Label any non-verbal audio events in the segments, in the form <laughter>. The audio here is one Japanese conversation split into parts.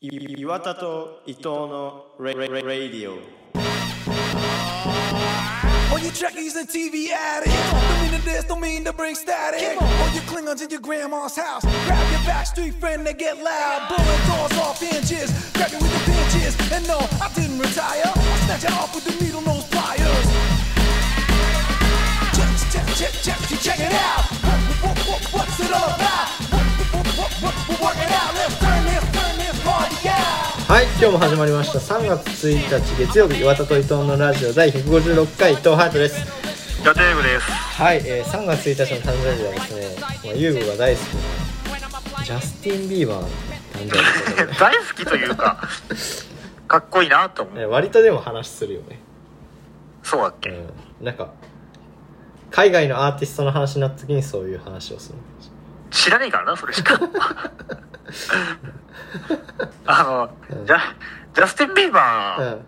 い岩田と伊藤のレレレレディオ All you trekkies and TV addicts Don't mean to this, don't mean to bring static All you Klingons in your grandma's house Grab your backstreet friend, they get loud Blowing doors off inches Grab you with the pinches And no, I didn't retire I snatch it off with the needle nose pliers Check, check, check, check, check, check it out what, what, what, What's it all about? What, what, what, what, we're working out Let's turn this, turn this party out はい、今日も始まりました。3月1日月曜日、岩田と伊藤のラジオ第156回、伊藤ハートです。ガテー <laughs> ブです。、はい、えー3月1日の誕生日はですね、まあ、ユーゴが大好きなジャスティン・ビーバーの誕生日ということで大好きというか、かっこいいなと思えー <laughs> う。割とでも話するよね。そうだっけうん、なんか、海外のアーティストの話になった時にそういう話をする。知らねえからな、それ <laughs> しか。あの、ジャジャスティン・ビーバうー、ん。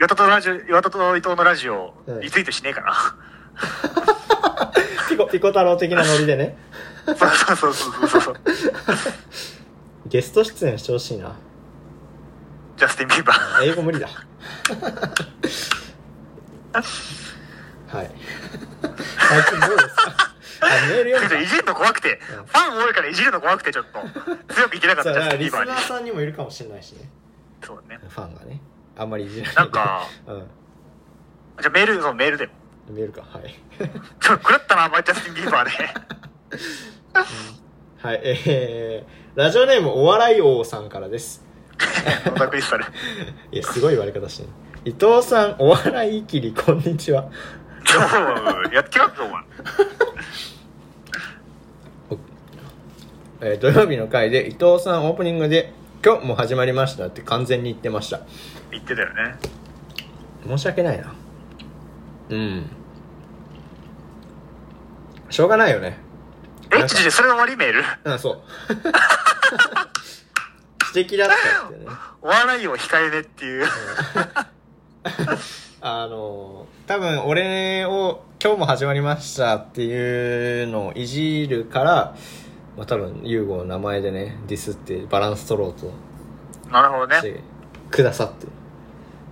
岩田とラジオ岩田と伊藤のラジオうん、リツイートしねえかな。ピコ、ピコ太郎的なノリでね、 <laughs> <laughs> そうそうそうそうそう。ゲスト出演してほしいな。ジャスティン・ビーバー。英語無理だ。はい。最近どうですかあ、メールちょっと読んいだ。じるの怖くて、ファン多いからいじるの怖くて、ちょっと。強くいけなかっそた、うだからジャスティン・ビリースバナーにー。さんにもいるかもしれないしね。そうだね。ファンがね。あんまりいじらないでなんか、うじゃあメール、そのメールで。ん。メールか。はい。ちょっと狂ったな、マイジャスティン・ビーバーで。はい。えー、ラジオネームお笑い王さんからです。 <laughs> オタクリスタル。いや、すごい言われ方してる。伊藤さん、お笑いいきり、こんにちは。ちょ、 <laughs> やってやっぞ、お前。えー土曜日の回で伊藤さんオープニングで、今日も始まりましたって完全に言ってました。言ってたよ <laughs> ね。申し訳ないなうんしょうがないよねえ、なんちかょちょ、それの終わ <laughs> りメールうんそう指摘だったってねお笑いを控えめっていう。あの多分俺を今日も始まりましたっていうのをいじるからまあ多分ユーゴの名前でねディスってバランス取ろうとなるほどしね。てくださって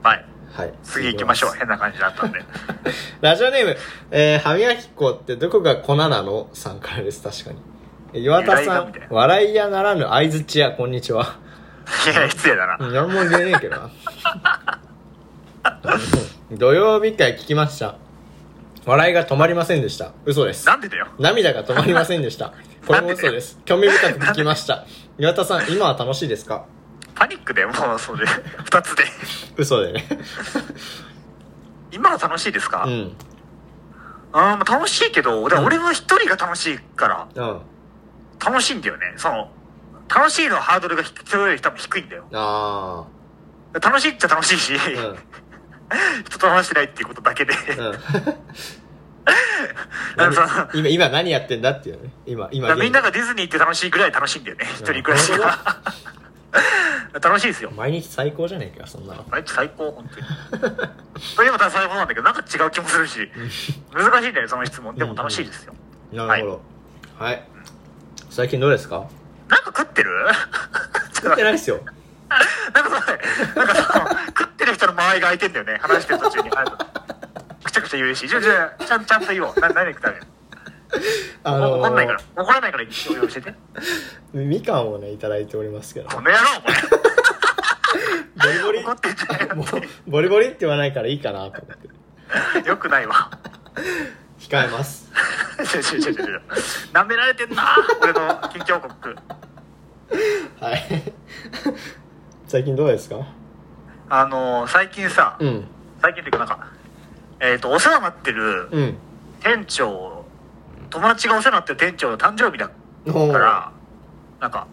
はい。はい次行きましょう。行き変な感じだった <laughs> んで。すラジオネーム、えー、歯磨き粉ってどこが粉なのさんからです確かにえ岩田由来さがみたいんな笑いやならぬ相づちやこんにちはいや、失礼だな。うん何も言えねえけどな <laughs> うん土曜日会聞きました笑いが止まりませんでした嘘ですなんでだよ。涙が止まりませんでしたこれも嘘です興味深く聞きました岩田さん今は楽しいですかパニックだよ、もう、それ。 <laughs> 二つで。嘘でね今は楽しいですか、うあんあーまあ楽しいけど、でうんも俺は一人が楽しいかうら、ん楽しいんだよね。その、楽しいのハードルが低人より多分低いんだよ。あ楽しいっ <laughs> ちゃ楽しいし、あうん人と話してないっていうことだけで。 <laughs> うん <laughs> なんか今今何やってんだっていうね今今みんな現がディズニー行って楽しいぐらい楽しいんだよね。一人暮らしなるが。 <laughs> 楽しいですよ在。毎日最高じゃねえかよそんなの毎日最高、本当に。それでも最高なんだけど、なんか違う気もするし、難しいんだよ、その質問。でも楽しいですよ。なるほどはい、最近どうですかなんか食ってるちょ食っってとないですよなんかそれなんかその、食ってる人の間合いが空いてんだよね。話してる途中に。あのくちゃくちゃ言うし、じゃあじゃあちゃんちゃんと言おう。な何食ったあののー怒んないから。怒らないから一応用意してて。みかんをねいただいておりますけどこの野郎、ボリボおリ前。怒ってんじゃねえよもうボリボリって言わないからいいかなと思ってって。よくないわ。控えますちょちょちょちょちょ。舐められてんな俺の緊張国。はい最近どうですかあのー、最近さ、うん最近っていうかなんか、えっ、と、お世話になってるうん店長、友達がお世話になってる店長の誕生日だかおーら、なんか、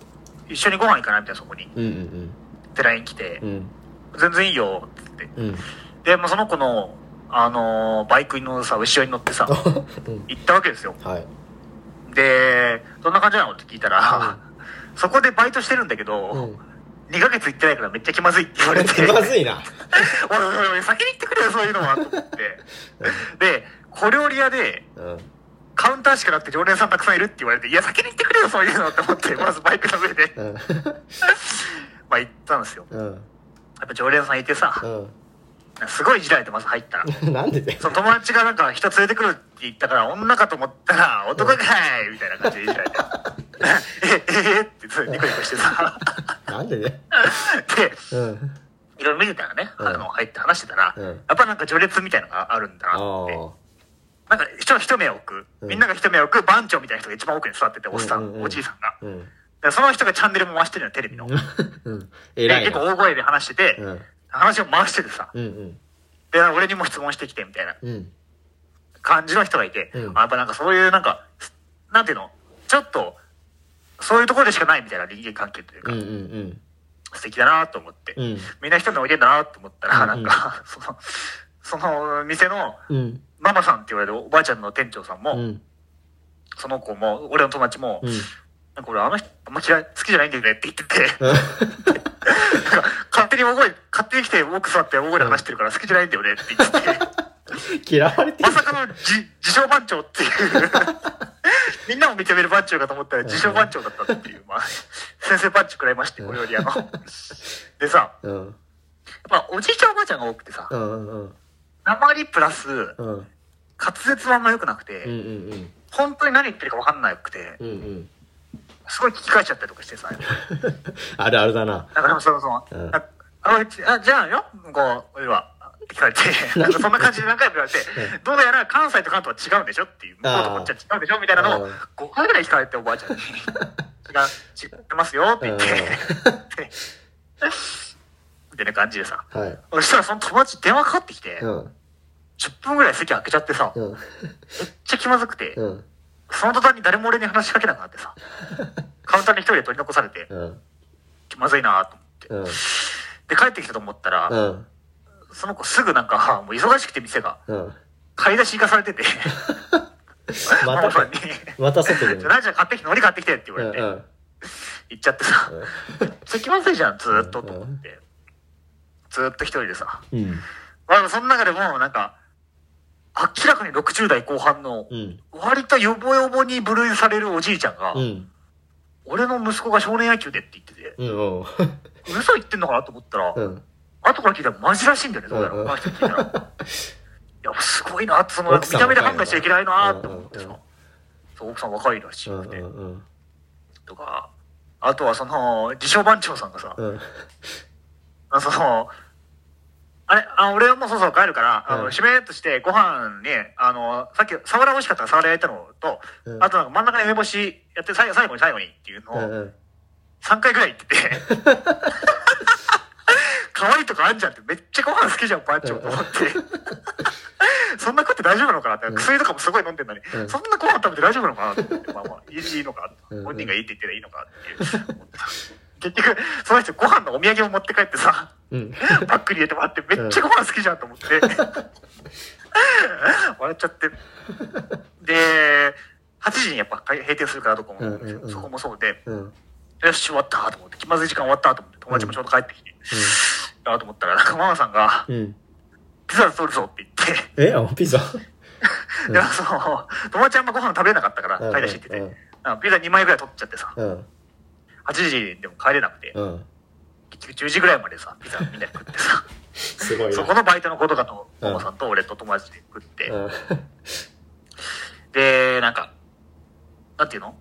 一緒にご飯行かないみたいな、そこに。うんうんで、LINE 来てう、ん全然いいよ、っつって。うんうん <laughs> で、もうその子の、あのーバイクに乗るさ、後ろに乗ってさ、うん行ったわけですよ。はいで、どんな感じなのって聞いたら、そこでバイトしてるんだけど、うん2ヶ月行ってないからめっちゃ気まずいって言わこれれて。気まずいな <laughs> おいおいおい、先に言ってくれよ、そういうのは、と思って。 <laughs> で、小料理屋で、うんカウンターしかなくて常連さんたくさん <laughs> いるって言われて、いや、先に行ってくれよ、そういうのって思って、まずバイクの上で、うんまあ行ったんですよ。うんやっぱ常連さんいてさ、すごい時代でまず入ったら。うんなんでだよその友達がなんか人連れてくるって言ったから女かと思ったら男かいみたいな感じで言 <laughs> いたいえええってそれニコニコしてさなんでだよでうんいろいろ見てたらね、うんあの入って話してたら、うんやっぱなんか序列みたいなのがあるんだなあってあなんか一人一目置く、うんみんなが一目置く番長みたいな人が一番奥に座ってておっさうん、んうんうんおじいさんがうんでその人がチャンネル回してるのよテレビの、でうん偉い結構な大声で話してて、うん話を回しててさうんうんで俺にも質問してきてみたいなうん感じの人がいて、うんあやっぱなんかそういうなんかなんていうのちょっとそういうところでしかないみたいな人間関係といううか、んうん素敵だなと思って、うんみんな一人のおいでだなと思ったら、うんうんなんか <laughs> そのその店のうんママさんって言われるおばあちゃんの店長さんも、 <laughs> うんその子も俺の友達も、うんなんか俺あの人あんま嫌い好きじゃないんだよねって言ってて、うんなんか勝手に大声勝手に来て奥座って大声で話してるから好きじゃないんだよねって言ってて。嫌われてまるさかのじ自称番長っていうみんなも認める番長かと思ったら自称番長だったっていう、まあ、先生番長食らいましてこれよりあのでさうんやっぱおじいちゃんおばあちゃんが多くてさうんうんうん鉛プラスうんうん滑舌はあんま良くなくて、うんうん本当に何言ってるか分かんなくてうんうん <laughs> すごい聞き返しちゃったりとかしてさあるあるだなだからそもそも、うんああうちあじゃあよこう俺はって聞か <laughs> れてなんかそんな感じで何回も言われて、どうやら関西と関東は違うんでしょっていう向こうとこっちは違うんでしょみたいなのをうん5回ぐらい聞かれておばあちゃんに違う違ってますよって言ってうんで <laughs> みたいな感じでさはいそしたらその友達電話かかってきて、うん10分ぐらい席開けちゃってさ、めっうんちゃ気まずくて、うんその途端に誰も俺に話しかけなくなって <laughs> さカウンターに一人で取り残されてうん気まずいなと思ってうんで帰ってきたと思ったら、うんその子すぐなんか、 <laughs> もう忙しくて店が、うん買い出し行かされてて、 <laughs> まママさたんに、また外でじゃあ、何じゃ買ってきて、海苔買ってきてって言うわんれて、うん行っちゃってさ、うそれ気まずいじゃん、ずーっとうんと思って。ずーっと一人でさ。んまあ、その中でも、なんか、明らかに60代後半のう、ん割とよぼよぼに部類されるおじいちゃんがう、ん俺の息子が少年野球でって言ってて、うんおう嘘言ってんのかなと思ったらう、ん後から聞いたらマジらしいんだよね、どうやら。うんこの人聞いたら。いや、すごいなって、その、なんか見た目で判断しちゃいけないなって思ってうんうんさ。そう、奥さん若いらしうくんうて、んうんとか、あとはその、自称番長さんがさ、うんその、あれ、あ俺はもうそろそろ帰るから、あうんの、締めとしてご飯に、あの、さっき、サワラ美味しかったからサワラ焼いたのと、うんあとなんか真ん中に梅干しやって、最最後に最後にっていうのうんをうん3回ぐらい言ってて、可愛いとかあんじゃんって、めっちゃご飯好きじゃん、番長と思って。そんな食って大丈夫なのかなって、薬とかもすごい飲んでるのに、うんそんなご飯食べて大丈夫なのかなって思って、まあまあ、いいいいのかうんうん本人がいいって言ってたらいいのかっていう思ってた。結局、その人ご飯のお土産を持って帰ってさ、うんバッグに入れてもらって、めっちゃご飯好きじゃんと思って、笑っちゃって。で、8時にやっぱ閉店するからどこも、うんうんうんそこもそうで、うんよし、終わったと思って、気まずい時間終わったと思って、友達もちょうど帰ってきて、あと思ったら、なんかママさんが、うんピザ取るぞって言っえて、あピザうんで、その、友達あんまご飯食べれなかったから、買い出し行ってて、うんなんかピザ2枚ぐらい取っちゃってさ、 <laughs> うん8時でも帰れなくて、うん結局10時ぐらいまでさ、ピザみんなで食ってさ、すごいそなこのバイトの子とかと、うんママさんと俺と友達で食ってう、ん <laughs> で、なんか、なんていうの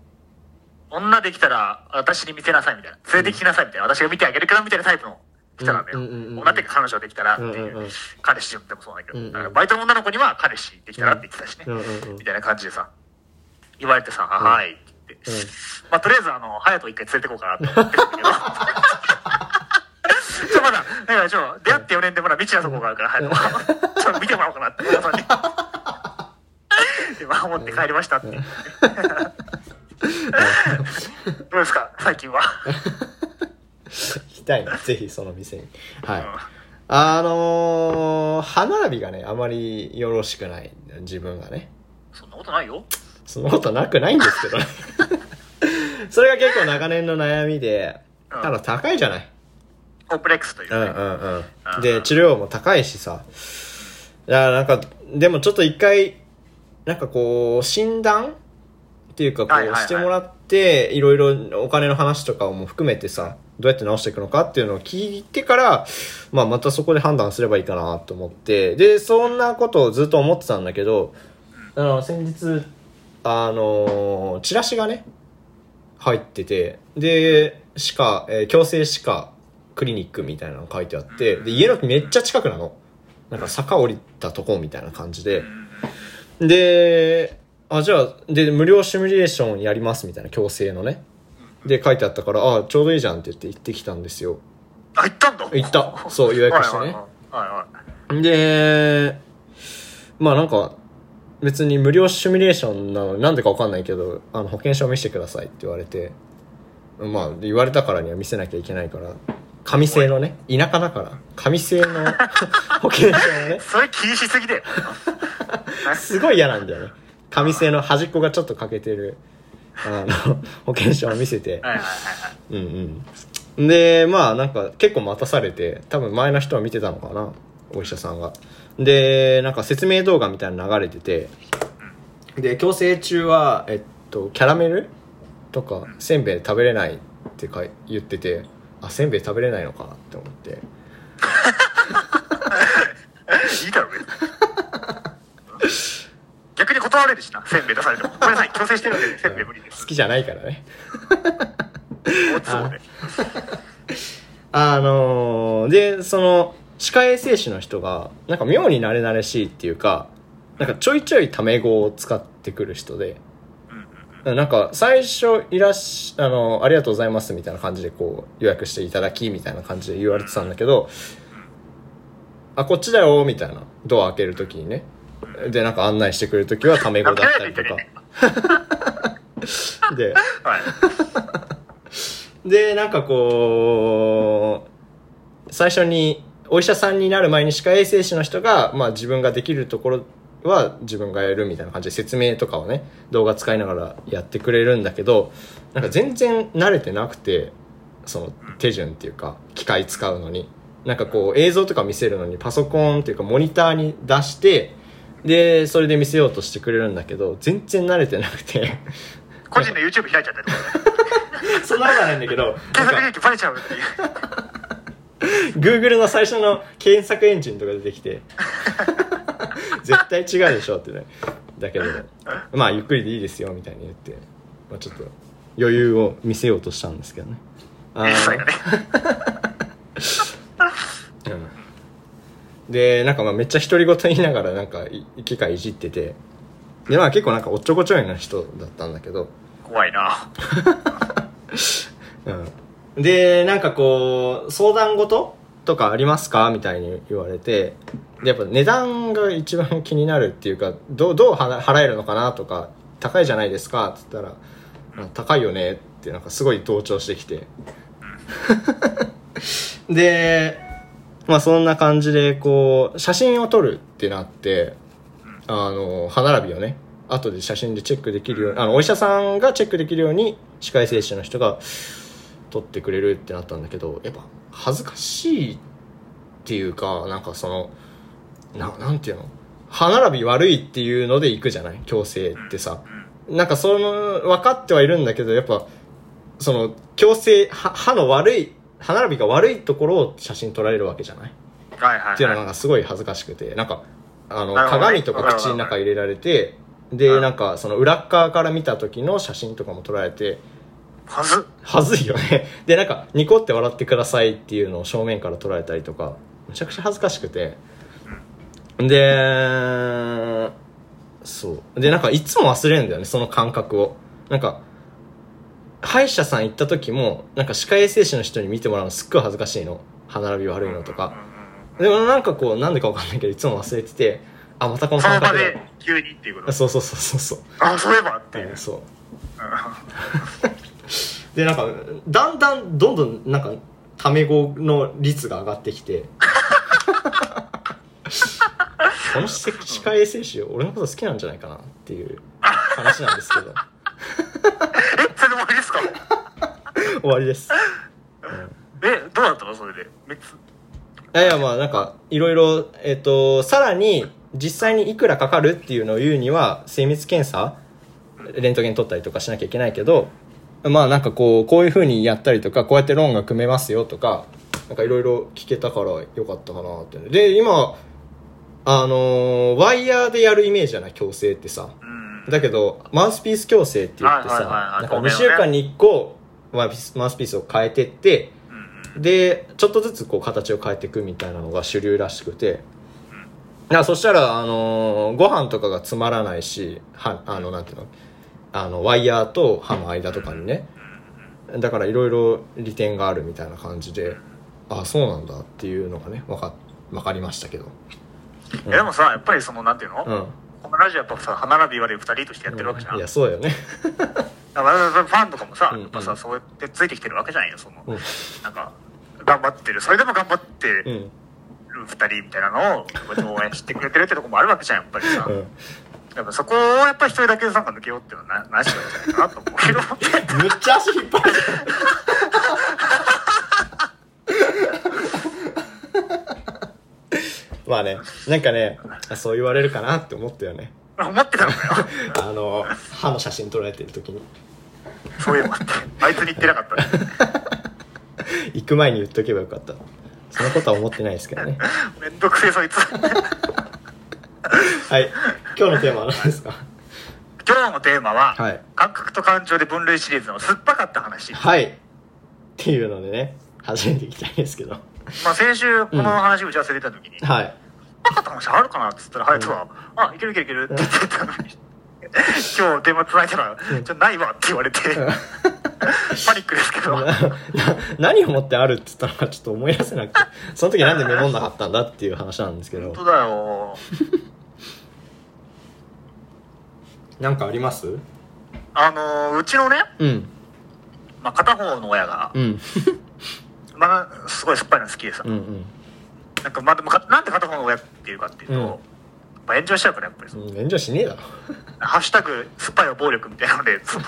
女できたら私に見せなさいみたいな、連れてきなさいみたいな、私が見てあげるからみたいなタイプの人なんだよ。うんうんうんうん女ってか彼女できたらっていう、うんうんうん彼氏でもそうなんだけど、うんうんだからバイトの女の子には彼氏できたらって言ってたしね、うんうんみたいな感じでさ、言われてさ、あはいって言って、うんまあとりあえずあの、隼人を一回連れてこうかなと思ってるんだけど。 <laughs> ちょまだ、だからちょ、出会って4年でまだ未知なとこがあるから、隼人は。ちょっと見てもらおうかなって、本当に。 <laughs> 今思って帰りましたって。 <laughs> どうですか最近は。行きたいなぜひその店にはいうんあのー歯並びがねあまりよろしくない自分がねそんなことないよ。そんなことなくないんです <laughs> けどねそれが結構長年の悩みでうんただ高いじゃないコンプレックスといううかんね、うんううんん。で、治療も高いしさ。だからなんか、でもちょっと一回、なんかこう、診断っていうかこ、はいはいうはいしてもらって、いろいろお金の話とかも含めてさ、どうやって直していくのかっていうのを聞いてから、まあ、またそこで判断すればいいかなと思って、で、そんなことをずっと思ってたんだけど、あの、先日、あのーチラシがね、入ってて、で、歯科、えー矯正歯科クリニックみたいなの書いてあって、で、家のめっちゃ近くなの。なんか坂降りたとこみたいな感じで。で、あ、じゃあ、で、無料シミュレーションやりますみたいな、矯正のね。で、書いてあったから、あ、ちょうどいいじゃんって言って行ってきたんですよ。あ、行ったんだ。行ったそう予約してねはいはいはい。で、まあなんか、別に無料シミュレーションなの、なんでかわかんないけど、あの、保険証見せてくださいって言われて、まあ、言われたからには見せなきゃいけないから、紙製のね、田舎だから、紙製の <laughs> 保険証をね、それ気にしすぎだよ。 <laughs> すごい嫌なんだよね。紙製の端っこがちょっと欠けてる、あの、保険証を見せて、はいはいはいうんうん。で、まあなんか結構待たされて、多分前の人は見てたのかな、お医者さんが。で、なんか説明動画みたいなの流れてて、で、矯正中は、えっと、キャラメルとか、せんべい食べれないってか言ってて、あ、せんべい食べれないのかなって思って。はい。いいだろ、別に逆に断れるしな、せんべい出されても。ごめんなさい、強制してるんで、せんべい無理です好。きじゃないからね。おつそうで。あのーで、その、歯科衛生士の人が、なんか妙に慣れ慣れしいっていうか、なんかちょいちょいタメ語を使ってくる人で、なんか最初いらっし、あの、ありがとうございますみたいな感じでこう予約していただきみたいな感じで言われてたんだけど、あ、こっちだよみたいな、ドア開けるときにね。で、なんか案内してくれるときはタメ語だったりと <laughs> か。で、はい。で、なんかこう、最初に、お医者さんになる前に歯科衛生士の人が、まあ自分ができるところは自分がやるみたいな感じで説明とかをね、動画使いながらやってくれるんだけど、なんか全然慣れてなくて、その手順っていうか、機械使うのに。なんかこう映像とか見せるのにパソコンっていうかモニターに出して、で、それで見せようとしてくれるんだけど、全然慣れてなくて、個人の YouTube 開いちゃったりとか <laughs> ね。そんなことはないんだけど、なん検か索履歴バレちゃうっていう。 Google の最初の検索エンジンとか出てきて絶対違うでしょってねだけどまあゆっくりでいいですよみたいに言って、まあ、ちょっと余裕を見せようとしたんですけどねあー一切がね。うんでなんかまあめっちゃ独り言言いながらなんかい機械いじっててでまあ結構なんかおっちょこちょいな人だったんだけど怖いな。うん、でなんかこう相談事とかありますかみたいに言われてでやっぱ値段が一番気になるっていうかどうどう払払えるのかなとか高いじゃないですかっつったらあ「高いよね」ってなんかすごい同調してきて <laughs> でまあそんな感じでこう写真を撮るってなってあの歯並びをね後で写真でチェックできるようにあのお医者さんがチェックできるように歯科衛生士の人が撮ってくれるってなったんだけどやっぱ恥ずかしいっていうかなんかそのななんていうの歯並び悪いっていうので行くじゃない矯正ってさなんかその分かってはいるんだけどやっぱその矯正歯歯の悪い歯並びが悪いところを写真撮られるわけじゃないはいはいっていうのはがなんかすごい恥ずかしくてなんかあのなるほどね鏡とか口の中入れられてうでんなんかその裏っ側から見た時の写真とかも撮られてい。はず。はずいよね <laughs> でなんかニコって笑ってくださいっていうのを正面から撮られたりとかめちゃくちゃ恥ずかしくてでそうでなんかいつも忘れるんだよねその感覚をなんか歯医者さん行った時もなんか歯科衛生士の人に見てもらうのすっごい恥ずかしいの歯並び悪いのとかでもなんかこうなんでかわかんないけどいつも忘れててあまたこのその感場覚でだ急にっていうこと。そうそうそうそうそうあ、そういえばっていううん。そうでなんかだんだんどんどんなんかタメ語の率が上がってきてこの歯科衛生士俺のこと好きなんじゃないかなっていう話なんですけ <laughs> どえ、それで終わりですか終わりですえ、どうだったのそれで。めっついやいやまあなんかいろいろえっ、とさらに実際にいくらかかるっていうのを言うには精密検査レントゲン取ったりとかしなきゃいけないけどまあなんかこう、こういう風にやったりとか、こうやってローンが組めますよとか、なんかいろいろ聞けたからよかったかなって。で、今、あのーワイヤーでやるイメージじゃない、矯正ってさ。うん。だけど、マウスピース矯正って言ってはいはいはいはさい、なんか透明の2ね週間に1個、マウスピースマウスピースを変えてって、で、ちょっとずつこう形を変えていくみたいなのが主流らしくて、だからそしたら、あのーご飯とかがつまらないし、は、あの、なんていうの、あの、ワイヤーと刃の間とかにね、だからいろいろ利点があるみたいな感じで、あ、そうなんだっていうのがね、わか、わかりましたけど。えでもさ、やっぱりその、なんていうの、うん。このラジオやっぱさ、歯並び悪い二人としてやってるわけじゃん。いや、そうだよね。だからファンとかもさ、うんやっぱさ、そうやってついてきてるわけじゃないよ、その、うんなんか、頑張ってる、それでも頑張ってうるん。二人みたいなのを、こうやって応援してくれてるってとこもあるわけじゃん、やっぱりさ。うん。やっぱそこをやっぱ一人だけ参加抜けようっていうのはな、なしなんじゃないかなと思うけど。むっちゃ足引っ張るじゃんまあねなんかねそう言われるかなって思ったよね思ってた <laughs> のかよ。あの歯の写真撮られてる時にそういえばって。あいつに言ってなかったね。行く前に言っとけばよかったそのことは思ってないですけどねめんどくせえ、そいつ。はい今日のテーマは何ですか今日のテーマは、はい感覚と感情で分類シリーズの酸っぱかった話。はいっていうのでね始めていきたいんですけどまあ先週、この話打ち合わせ出た時に、酸っはいぱかった話あるかなって言ったら、隼人は、あ、いけるいけるいけるって言ってたのに。今日電話繋いだら、じゃないわって言われて、 <laughs> パニックですけど、な何をもってあるって言ったのかちょっと思い出せなくてその時なんでメモんなかったんだっていう話なんですけど本当だよ。なんかありますあのー、うちのね、うんまあ片方の親が、うん <laughs> まあ、すごい酸っぱいの好きでさ、うんなんかまあでもかなんで片方の親っていうかっていううと、んやっぱ炎上しちゃうからやっぱりそのうん炎上しねえだろハッシュタグ酸っぱいは暴力みたいなのでその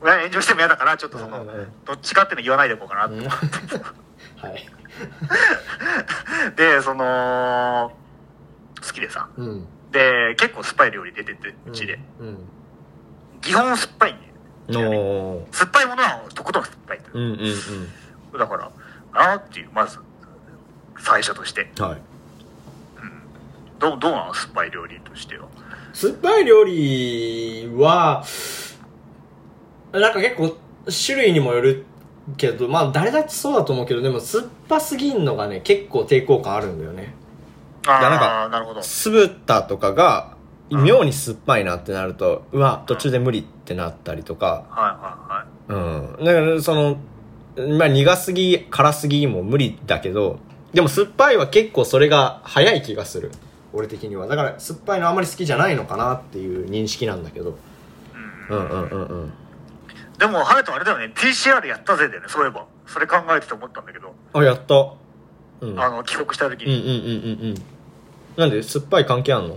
親炎上しても嫌だからちょっとそのうんうんどっちかっていうの言わないでおこうかなって、うんはいでその好きでさうんで結構酸っぱい料理出ててうちで、うん基本酸っぱいねの酸っぱいものはとことん酸っぱいって、うんうんだからあーっていうまず最初としてうんはいどうどうなの酸っぱい料理としては酸っぱい料理はなんか結構種類にもよるけどまあ誰だってそうだと思うけどでも酸っぱすぎんのがね結構抵抗感あるんだよねやなんあかあなるほど酢豚とかが妙に酸っぱいなってなるとうわ途中で無理ってなったりとかはいはいはいうん。だから、その、まあ、苦すぎ、辛すぎも無理だけど、でも酸っぱいは結構それが早い気がする。俺的には。だから、酸っぱいのあんまり好きじゃないのかなっていう認識なんだけど。うんうんうんうん。でも、ハヤトあれだよね、PCR やったぜだよね、そういえば。それ考えてて思ったんだけど、あ、やった。うん。うんうんあの、帰国した時うんうんに。うん。なんで、酸っぱい関係あんの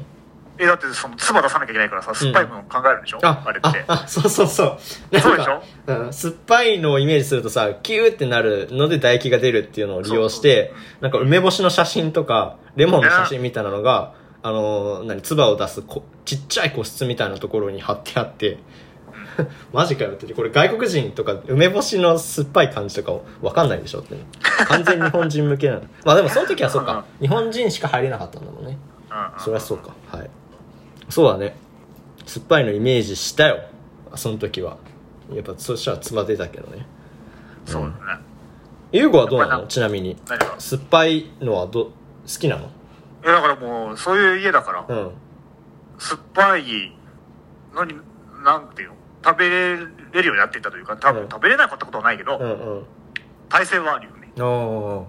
え、だって、その、唾出さなきゃいけないからさ、酸っぱいもの考えるでしょ、あれって。あ、あ、そうそうそう。なんかそうでしょうん、酸っぱいのをイメージするとさ、キューってなるので唾液が出るっていうのを利用して、なんか梅干しの写真とか、レモンの写真みたいなのが、あのー、何、唾を出すこちっちゃい個室みたいなところに貼ってあって、 <laughs> マジかよって。これ外国人とか梅干しの酸っぱい感じとかわかんないでしょって。完全日本人向けなの。 <laughs> まあでもその時はそうか。日本人しか入れなかったんだもんね。うんうんそりゃそうかはいそうだね酸っぱいのイメージしたよその時はやっぱそしたらつま出たけどねそうだね。優子はどうなやっぱのなちなみに何が酸っぱいのはど好きなのえ、だからもう、そういう家だから、うん酸っぱいのに、なんていうの食べれるようになっていたというか、多う分ん食べれなかったことはないけど、うん体勢はあるよね。うんお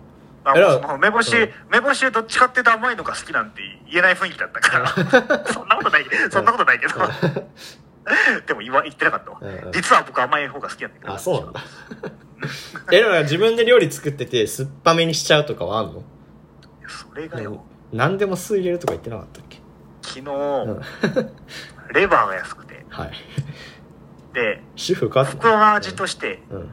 あえらいその梅干し、うん梅干しどっちかっていうと甘いのが好きなんて言えない雰囲気だったから、 <laughs> そんなことない、そんなことないけど、 <laughs> でも言わ言ってなかったわ、うんうん実は僕甘い方が好きなんだけど、あそうなんだ <laughs> えだから自分で料理作ってて酸っぱめにしちゃうとかはあんのそれがよ、何でも酢入れるとか言ってなかったっけ昨日、んレバーが安く <laughs> て、はいで、主婦か福岡味として、うん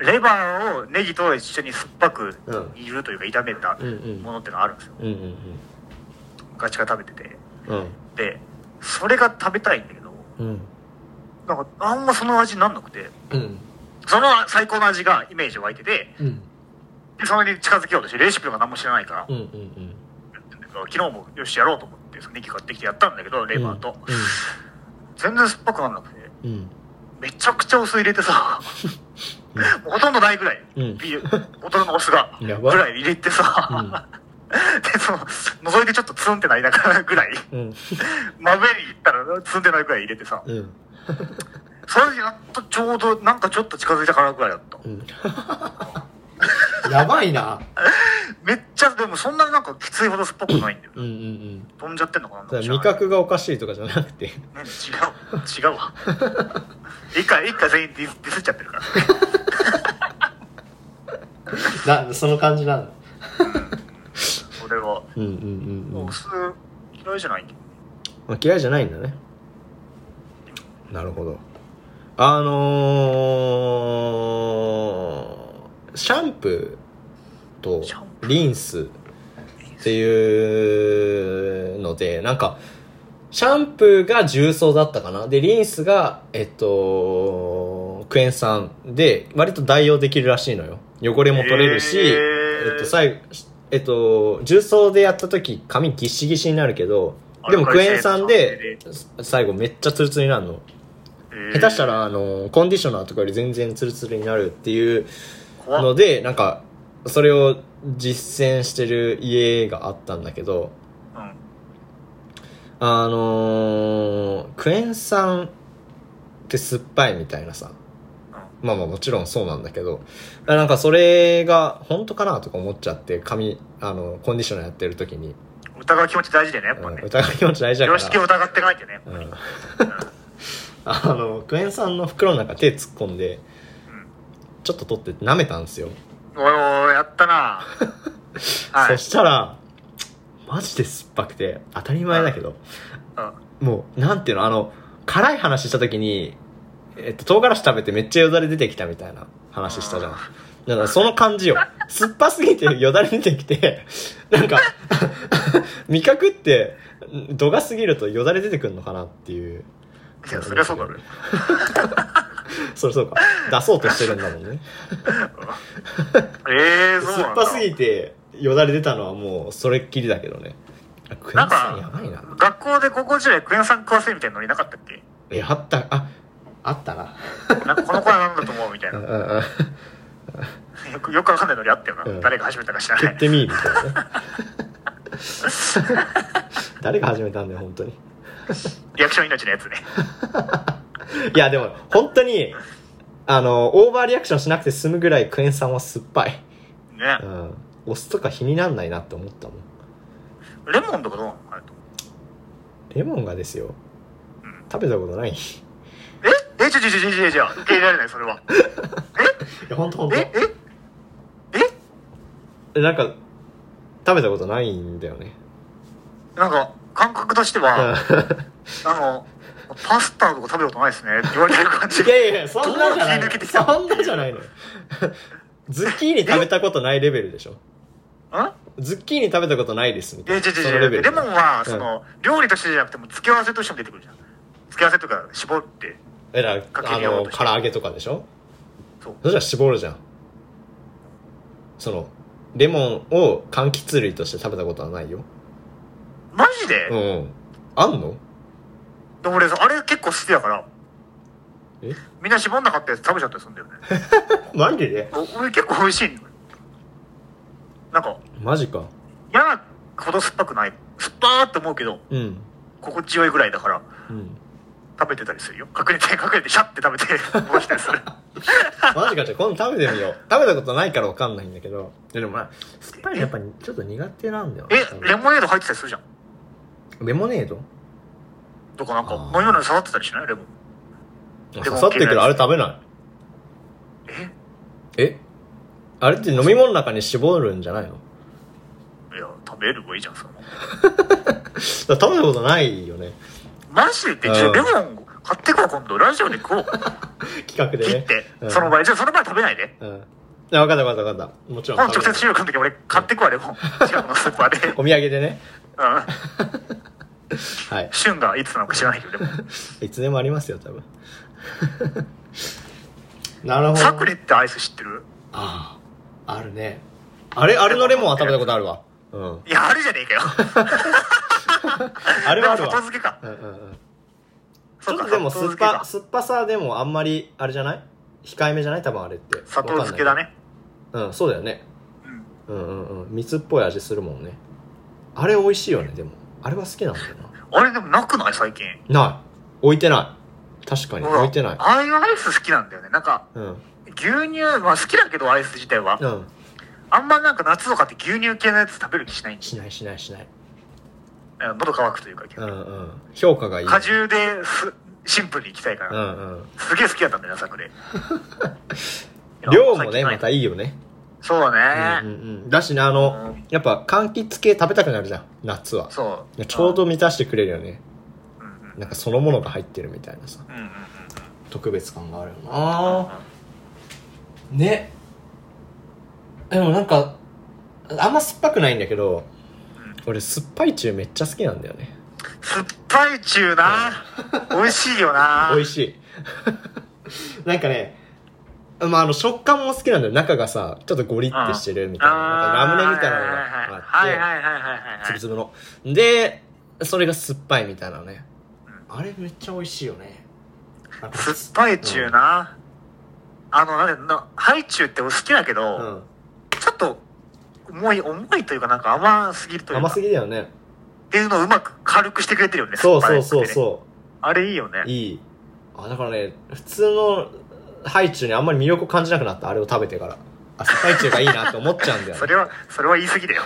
レバーをネギと一緒に酸っぱくうん煮るというか、炒めたうんうんものってのがあるんですよ、うんうんガチが食べてて。うんで、それが食べたいんだけど、うんなんかあんまその味になんなくてうんその最高の味がイメージ湧いててうんでそれに近づけようとしてレシピとか何も知らないから、うんうん昨日もよしやろうと思ってそのネギ買ってきてやったんだけどレバーと、全然酸っぱくなんなくてうんうんめちゃくちゃお酢入れてさもうほとんどないぐらい、うんビールボトルのお酢がぐやばらい入れてさ、うんでその覗いてちょっとツンってなりながらぐらいうん真上に行ったらツンってないぐらい入れてさうんそれでやっとちょうどなんかちょっと近づいたからぐらいだっ <laughs> たうんやばいなめっちゃでもそんなになんかきついほど酸っぱくないんだようんうん飛んじゃってんのかななんうかん知味らない覚がおかしいとかじゃなくてね違う違うわ一回一回全員ディスディスっちゃってるからなその感じなの俺はうんうんうん、うんお、酢嫌いじゃないんだよまあ、嫌いじゃないんだねなるほどあのー、シャンプーとシャンプリンスっていうのでなんかシャンプーが重曹だったかなでリンスがえっとクエン酸で割と代用できるらしいのよ汚れも取れるし、へーえっと最後えっと重曹でやった時髪ギッシギシになるけどでもアクルカリエ性ン酸で最後めっちゃツルツルになるのえー下手したらあのコンディショナーとかより全然ツルツルになるっていう怖のっでなんかそれを実践してる家があったんだけどうんあのークエン酸って酸っぱいみたいなさまあまあもちろんそうなんだけどなんかそれが本当かなとか思っちゃって髪あのコンディショナーやってる時に、うん疑う気持ち大事だよねやっぱうん、ね疑い気持ち大事だか常識をら、疑ってないとねうん、あのクエン酸の袋の中手突っ込んでちょっと取って舐めたんですよ、おいおいやった <laughs> なはいそしたらマジで酸っぱくて当たり前だけどうんもう、なんていうの、あの、辛い話した時に、えっと、唐辛子食べてめっちゃよだれ出てきたみたいな話したじゃん。だからその感じよ。酸っぱすぎてよだれ出てきて、なんか、 <laughs> 味覚って、度が過ぎるとよだれ出てくるのかなっていう。いやそりゃそうだろそれそうか。出そうとしてるんだもんね。ええー、そう酸なっんだぱすぎてよだれ出たのはもうそれっきりだけどね。あクエンなん酸やばいなか。学校で高校時代クエン酸食わせるみたいなのになかったっけえ、あった、あ、あったな。なんかこの子は何だと思うみたいうんなうんうん。よくよくわかんないのにあったよな、うん誰が始めたか知らな <laughs> 食っいてみーみたいなね誰が始めたんだよ本当にリアクション命のやつねいやでも本当にあのオーバーリアクションしなくて済むぐらいクエン酸は酸っぱい、うねん、お酢とか気になんないなって思ったもんレモンとかどうなのかなとレモンがですようん食べたことないいええちょちょちょちょちょちょ受け入れられないそれ <laughs> はや本当本ええ当なんか食べたことないんだよねなんか感覚としてうんは、あのパスタとか食べたことないですねって言われてる感じ <laughs> <laughs> いやいやいやそんなじゃないどう気抜けのてきたそんなじゃないのズッキーニ食べたことないレベルでしょんズッキーニ食べたことないですみたいえなちょちょそちのょレベルレモンはその、料理としてじゃなくても付け合わせとしても出てくるじゃん付け合わせとか絞ってえらかけあるようのとして唐揚げとかでしょそうそしたら絞るじゃんそのレモンを柑橘類として食べたことはないよマジで、うんあんのでも俺あれ結構好きだからえみんな絞んなかったやつ食べちゃったりするんだよねマジでお俺結構美味しいのよなんかマジか嫌なほど酸っぱくない酸っぱーって思うけどうん心地よいぐらいだからうん食べてたりするよ隠 <laughs> れて隠れてシャッて食べて戻したりす <laughs> るマジかじゃあ今度食べてみ <laughs> よう食べたことないからわかんないんだけどいやでもまあ酸っぱいのやっぱりちょっと苦手なんだよな多えレ分モネード入ってたりするじゃんレモネードとかなんかあー飲み物に触ってたりしないレモン刺レモンさってくるあれ食べないええあれって飲み物の中に絞るんじゃないのいや食べればいいじゃんそのだから食べたことないよねマジでちうょんレモン買ってこう今度ラジオで食 <laughs> おう企画で切ねって、うんその場合じゃあその場合食べないでうん。いや、分かった分かった分かった。もちろん今食べな度直い。接収録の時俺買ってくわレモン近くのスーパ <laughs> ーでお土産でね。うんはい。旬がいつなのか知らないけどでもいつでもありますよ、多分。 <laughs> なるほど。サクレってアイス知ってるああ、あるね。あれ、あれのレモンは食べたことあるわ。うん。いや、あるじゃねえかよ。あれはあでるもわ。外付けか。うんうんうん。ちそょっうかとでも砂酸っ糖漬けぱ、か。酸っぱさでもあんまり、あれじゃない控えめじゃない多分あれって。砂糖漬けだね。ね。うん、そうだよね。うん。うんうんうん。蜜っぽい味するもんね。あれ美味しいよね、でも。あれは好きなんだよあれでもなくない最近。な。ない。置いてない。確かに、ほら置いてない。ああいうアイス好きなんだよね。なんか、うん。牛乳、まあ好きだけどアイス自体はう。ん。あんまなんか夏とかって牛乳系のやつ食べる気しないんしないしないしない。だよ。喉乾くというか。うんうん。評価がいい。果汁です、シンプルにいきたいかうら。んうん。すげえ好きだったんだよな、サクレ。 <laughs> 量もね、またいいいや。いよね。そうだうんうね。んうん。だしね、あのうん、やっぱ柑橘系食べたくなるじゃん、夏は。そう。ちょうど満たしてくれるよね。うん。うんなんかそのものが入ってるみたいなさ、うんうんうん特別感があるよな。ね。でもなんか、あんま酸っぱくないんだけど、俺酸っぱい中めっちゃ好きなんだよね。酸っぱい中な。美味しいよな。 <laughs> 美味しい。なんかね、まあ、あの食感も好きなんだよ。中がさ、ちょっとゴリってしてるみたいな。あなんーかラムネみたいなのがあっはいて。はいはいはいはいつはぶい。つぶの。で、それが酸っぱいみたいなね。あれめっちゃ美味しいよね。なんか酸っぱい中な。あの、なんで、なハイチュウって俺好きだけうど、ん。ちょっと、重い、重いというかなんか甘すぎるというか。甘すぎだよね。っていうのをうまく軽くしてくれてるよね。そうそうそう酸っぱいやつってねそあれいいよねう。。いい。あ、だからね、普通のハイチュウにあんまり魅力を感じなくなった。あれを食べてから。あ、酸っぱいチュウがいいなって思っちゃうんだよ、ね。それは、それは言い過 <laughs> ぎだよ。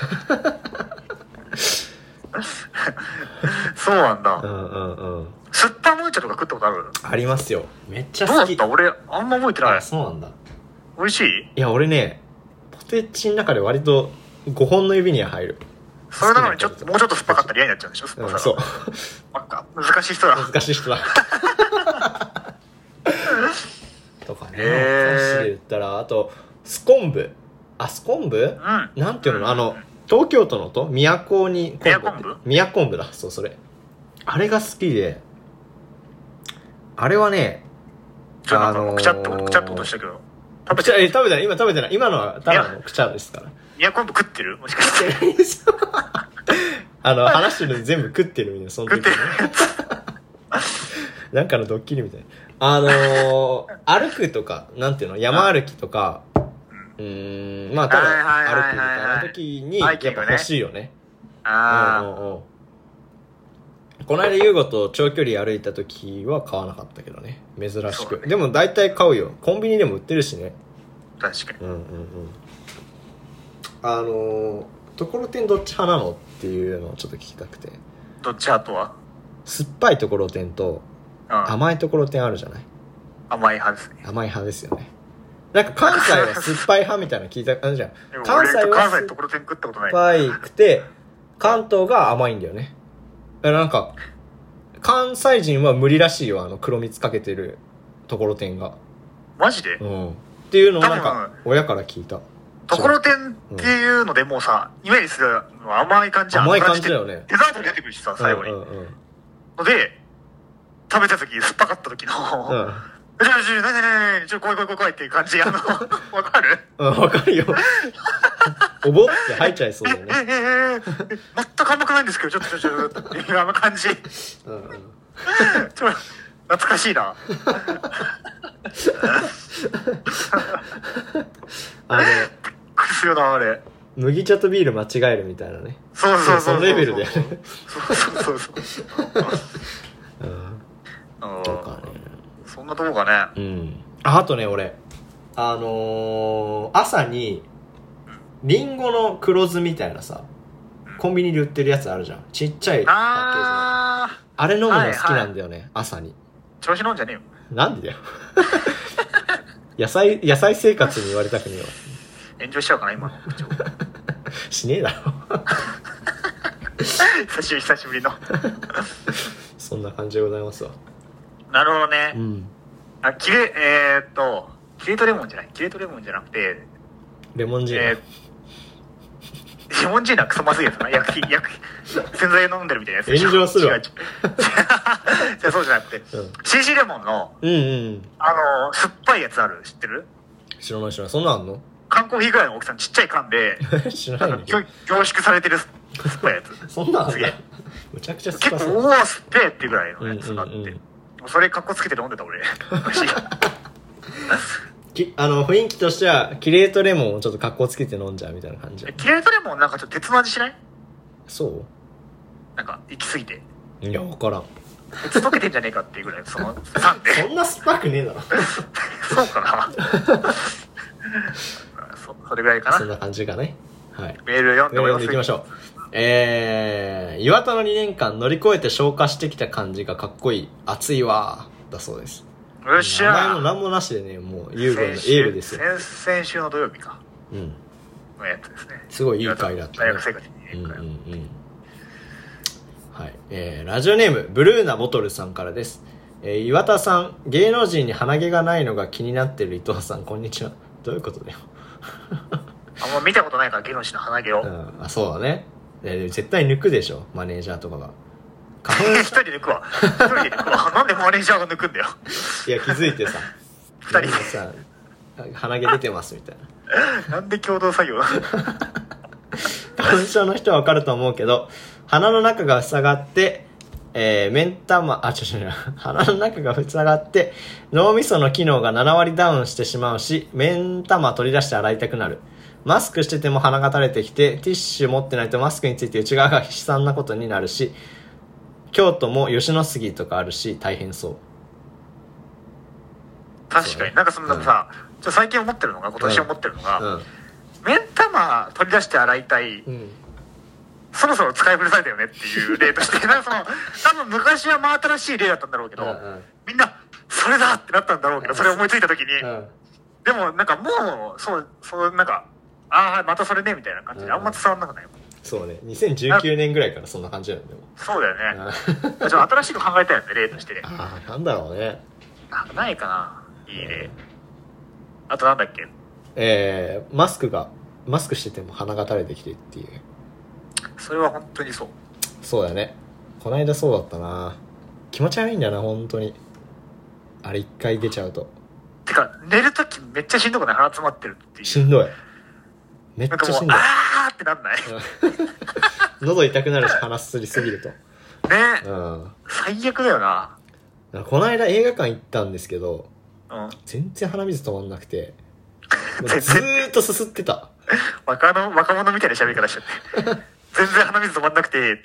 そうなんうだ。んうんうん。酸っぱムーチョとか食ったことあるありますよ。めっちゃどうだ好っき。た俺、あんま覚えてないあ。そうなんだ。美味しいいや、俺ね、ポテチの中で割と5本の指には入る。それなのにちょっ好きと、なもうちょっと酸っぱかったら嫌になっちゃうんでしょ酸うっぱん、さそうが。。なんか、難しい人だ。難しい人だとかね、おへー菓子で言ったらあとスコンブあスコンブうん。なんていうのあの東京都の都都に宮昆布宮昆布だそうそれあれが好きであれはねちょ、なんか、ーくちゃっと、くちゃっととしたけど。食べくちゃて、え食べてない今食べてない今のはただのくちゃですから宮昆布食ってるもしかして。 <laughs> あの話してるのに全部食ってるみたいなその食っ時てねるやつ。なんかのドッキリみたいな。あの <laughs> ー、歩くとか、なんていうの、山歩きとか、うーん、まあ、ただはいはい歩はくみいはいたいな時に、ハやっイキングねぱ欲しいよね。うんあうんうんこの間、優吾と長距離歩いた時は買わなかったけどね。珍しそうく。ねでも大体買うよ。コンビニでも売ってるしね。あ、確かうんに。うんうん。あのー、ところてんどっち派なのっていうのをちょっと聞きたくて。どっち派とは酸っぱいところてんとうん。甘いところてんあるじゃない甘い派ですね。甘い派ですよねなんか関西 <laughs> は酸っぱい派みたいなの聞いた感じじゃんでも関西俺、は関酸西っところてん食ったことない。ぱいくて関東が甘いんだよねえなんか関西人は無理らしいよあの黒蜜かけてるところてんがマジでうんっていうのをなんか親から聞いたところてんっていうのでもうさ、イメージするのは甘い感じ甘い感じだよねデザートに出てくるしさ、最後に。うんうんうんので、食べた時、酸っぱかった時の、ううんちょちょ、なになにちょ、怖い怖い怖い怖いっていう感じ、あの、わかるうんわかるよ <laughs> おぼって入っちゃいそうえ、だえ、えよね、え、え、全く甘くないんですけど、ちょっとちょっとちょっとっていうあの感じ。ちうんうんょっと懐かしいな。あの苦すよな、あれ。麦茶とビール間違えるみたいなねそうそうそう。そのレベルだよね。そうそうそうそう。うんうんとかねそんなとこかね。うん。ああとね、俺、あのー朝に、リンゴの黒酢みたいなさ、コンビニで売ってるやつあるじゃん。ちっちゃいパッケージの。ああー、れ飲むの好きなんだよね、朝に。調子乗んじゃねえよ。なんでだよ。 <laughs> 野菜、野菜生活に言われたくねえわ。 <laughs> 炎上しちゃうかな、今の口調。しねえだろ。 <laughs> 久しぶり、久しぶりの。そんな感じでございますわ。なるほどね。うん。あ、キレ、えー、っと、キレートレモンじゃない。キレートレモンじゃなくて、レモンジーえム。ー、自問じいなクソまずいやつな。薬 <laughs> 品、薬品、洗剤飲んでるみたいなやつ。炎上するわ違う違う <laughs> じゃあそうじゃなくて、ん CC レモンの、うんうん。あのー酸っぱいやつある知ってる知らない知らない。そんなんあんの <laughs> 缶コーヒーぐらいの大きさのちっちゃい缶で、知らななんいかんだけぎょど。凝縮されてる酸っぱいやつ。そんなんあんすだげえ。むちゃくちゃ酸っ <laughs> 結ぱ構、そうお。ー、酸っぱいっていうぐらいのやつがあって。うんうんうんそれかっこつけて飲んでた俺。 <laughs> 美味しいきあの、雰囲気としては、キレートレモンをちょっと格好つけて飲んじゃうみたいな感じえ。キレートレモンなんかちょっと鉄の味しないそなんか行き過ぎて。ういや、わからん。鉄溶けてんじゃねえかっていうぐらい、その酸で。そんな酸っぱくねえだろ。そうかな <laughs> そそれぐらいかそんな。な感じかね。はい。メール読んで読んでいいきましょょう。えー、岩田の2年間乗り越えて消化してきた感じがかっこいい。熱いわー。だそうです。う。よっし名前もゃ何もなしでね、もう優ー雅なエールですよ。先先週の土曜日か。うん。のやつですね。すごいいい回だったね大学生活にういんいうんう回ん。はい。えー、ラジオネーム、ブルーナボトルさんからです。えー、岩田さん、芸能人に鼻毛がないのが気になってる伊藤さん、こんにちは。どういうことだよ。あんま見たことないから、芸能人の鼻毛を。う一ん、あ、そうだね。えー絶対抜くでしょ、マネージャーとかが。花粉人抜くわ。一人で抜 <laughs> くわ。なんでマネージャーが抜くんだよ。いや気づいて <laughs> さ人でなんかさ鼻毛出てますみたいななんで共同作業なの花粉症の人はわかると思うけど鼻の中が塞がってえー、目ん玉、あ、違う違う違う、鼻の中が塞がって、脳みその機能が7割ダウンしてしまうし、目ん玉取り出して洗いたくなる。マスクしてても鼻が垂れてきて、ティッシュ持ってないとマスクについて内側が悲惨なことになるし、京都も吉野杉とかあるし、大変そう。確かに。なんかそのさ、ちょ最近思ってるのが、今年思ってるのうが、ん。目ん玉取り出して洗いたい。うん。そろそろ使い古されたよねっていう例として、なんかその、多分昔は真新しい例だったんだろうけど、うんみんな、それだってなったんだろうけど、それ思いついた時に、うん。でもなんかもう、そう、そう、なんか、ああ、またそれね、みたいな感じで、うんあんま伝わんなくない。そうね2019年ぐらいからそんな感じなんだよそうだよね。あちょっと新しいの考えたよね、例としてね。あーなんだろうねなんかないかな、いい例。あとなんだっけえー、マスクがマスクしてても鼻が垂れてきてっていうそれは本当にそう。そうだねこないだそうだったな気持ち悪いんだよな本当にあれ一回出ちゃうとてか、寝るときめっちゃしんどくない鼻詰まってるってしいんどいめっう。なんちかゃもうしん、どいあーってなんない。ねうん喉痛くなるし鼻すりすぎるとうん最悪だよな。こないだ映画館行ったんですけどうん。全然鼻水止まんなくてもう <laughs> 全ず然ーっとすすってた若の若者みたいな喋り方しちゃって <laughs> 全然鼻水止まんなくてって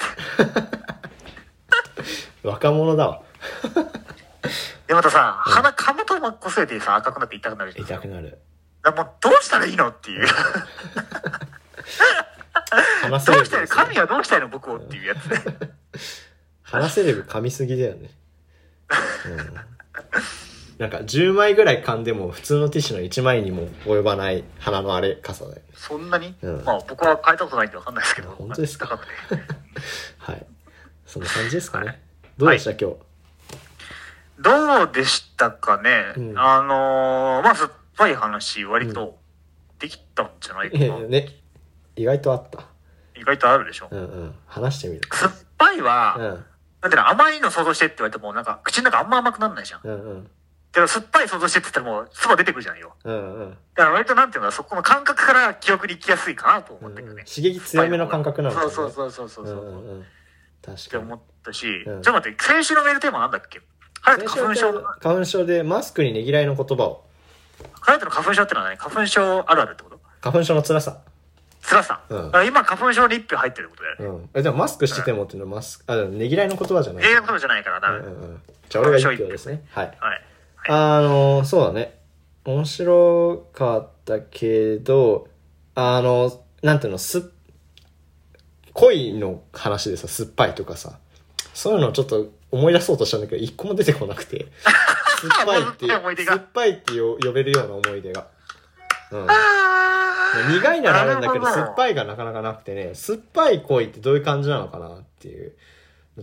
若者だわでまたさ鼻かむと真っこすれてさ赤くなって痛くなるじゃん痛くなるだからもうどうしたらいいのっていう鼻すどりうしたらいいの神はどうしたらいいの僕をっていうやつね <laughs> 鼻セレブ噛みすぎだよね、うん、なんか10枚ぐらい噛んでも普通のティッシュの1枚にも及ばない鼻のあれ傘だよねそんなに、うんまあ僕は変えたことないんでわかんないですけど本当ですか高くてはいそんな感じですかはいねどうでした、今どうでしたかね、うんあのーまあ酸っぱい話割とできたんじゃないかな、日 <laughs> ね意外とあった意外とあるでしょ、うんうん話してみる酸っぱいは、うんなんていうの甘いの想像してって言われてもなんか口の中あんま甘くなんないじゃんうんうんでも酸っぱい想像してって言ったらもう唾出てくるじゃんよ。うんうんだから割となんていうのそこの感覚から記憶に行きやすいかなと思うっんたけどね。刺激強めの感覚なのかそなうそうそうそうそううそんう。うんうん確ってかに思ったし、うんちょっと待って、先週のメールテーマなんだっけ彼と花粉先週症は、花粉症でマスクにねぎらいの言葉を彼との花粉症ってのは何花粉症あるあるってこと花粉症の辛さ辛さ。うんだから今花粉症に一票入ってるってことだようね。んえでもマスクしててもっていうのはマスクあでもねぎらいの言葉じゃない永遠のことじゃないから、多分。うんうんうんじゃあ俺が一票ですね。はい。はい。あの、そうだね。面白かったけど、あの、なんていうの、す、恋の話でさ、酸っぱいとかさ、そういうのをちょっと思い出そうとしたんだけど、一個も出てこなくて、 <laughs> 酸っぱいってい、もう酸っぱい思いう出が酸っぱいってよ呼べるような思い出が。うん。あ苦いならあれなんだけど、なるほど酸っぱいがなかなかなくてね、酸っぱい恋ってどういう感じなのかなっていう、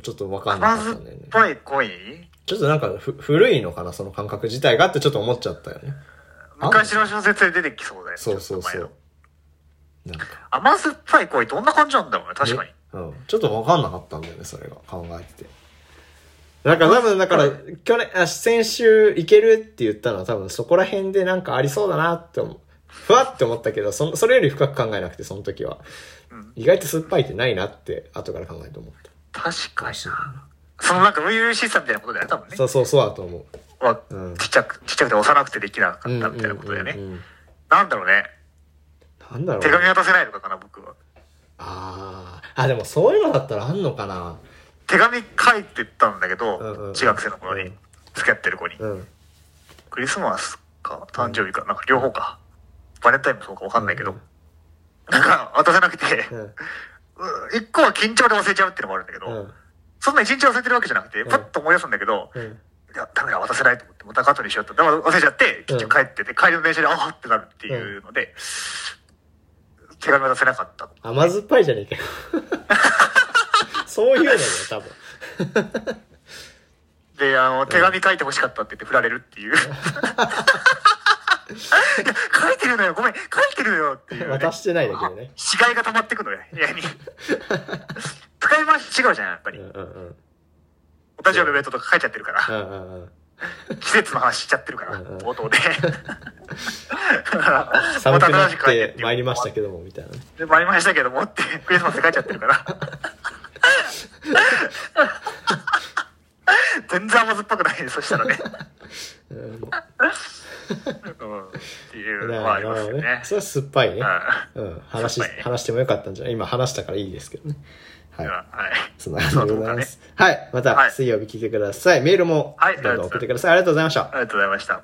ちょっとわかーんな甘かっ酸ったんだよね。ぱい恋ちょっとなんかふ古いのかなその感覚自体がってちょっと思っちゃったよね。昔の小説で出てきそうだよね。そうそうちそょっと前のう。なんか。甘酸っぱい恋どんな感じなんだろうね、確かにね。うん、ちょっと分かんなかったんだよねそれが考えててなんか多分だから去年あ先週行けるって言ったのは多分そこら辺でなんかありそうだなって思うふわって思ったけどそんそれより深く考えなくてその時は、意外と酸っぱいってないなって後から考えて思った確かにな。そのなんか初々しさみたいなことだよね、多分ね。そうそうそうだと思うはうんちっちゃく、ちっちゃくて幼くてできなうかんっうたんみたいなことだようねん。うんなんだろうね。なんだろう手紙渡せないのかかな、僕は。あーあでもそういうのだったらあんのかな手紙書いてたんだけうんうんうどん、中学生の頃うにん、付き合ってる子に。うんクリスマスか、誕生日か、なんか両方か。バレンタインもそうかわかんないけど。なんか渡せなくて、うんう一個は緊張で忘れちゃうっていうのもあるんだけうどん、そんな一日忘れてるわけじゃなくて、んパッと思い出すんだけど、うんいや、ダメだ、渡せないと思って、また後にしようと。だから忘れちゃって、結局帰ってて、帰りの電車で、ああってなるっていうので、手紙渡せなかった。甘酸っぱいじゃねえかよそういうのだよ多分で、あの、手紙書いて欲しかったって言って振られるっ <laughs> ていう。いや、書いてるのよ、ごめん、書いてるよっていう、渡してないだけどね。死骸が溜まってくのよ、部屋に。使い回し違うじゃん、やっぱうりん。うんうんお誕生日のイベントとか書いちゃってるからう、んうんうん季節の話しちゃってるから、うんうん冒頭で。寒くなっ新しく書いていう参りましたけどもみたいなねで、参りましたけどもって、 <laughs> クリスマスで書いちゃってるから。 <laughs> 全然甘酸っぱくないね、そしたらね。 <laughs> うんっていうのはありますよね。それは酸っぱいねううん話酸っぱいね話してもよかったんじゃない今話したからいいですけどねはいんはい。そんな感じでございますはいまた水曜日聞いてくださいメールもはいどんどん送ってくださいありがとうございましたありがとうございました。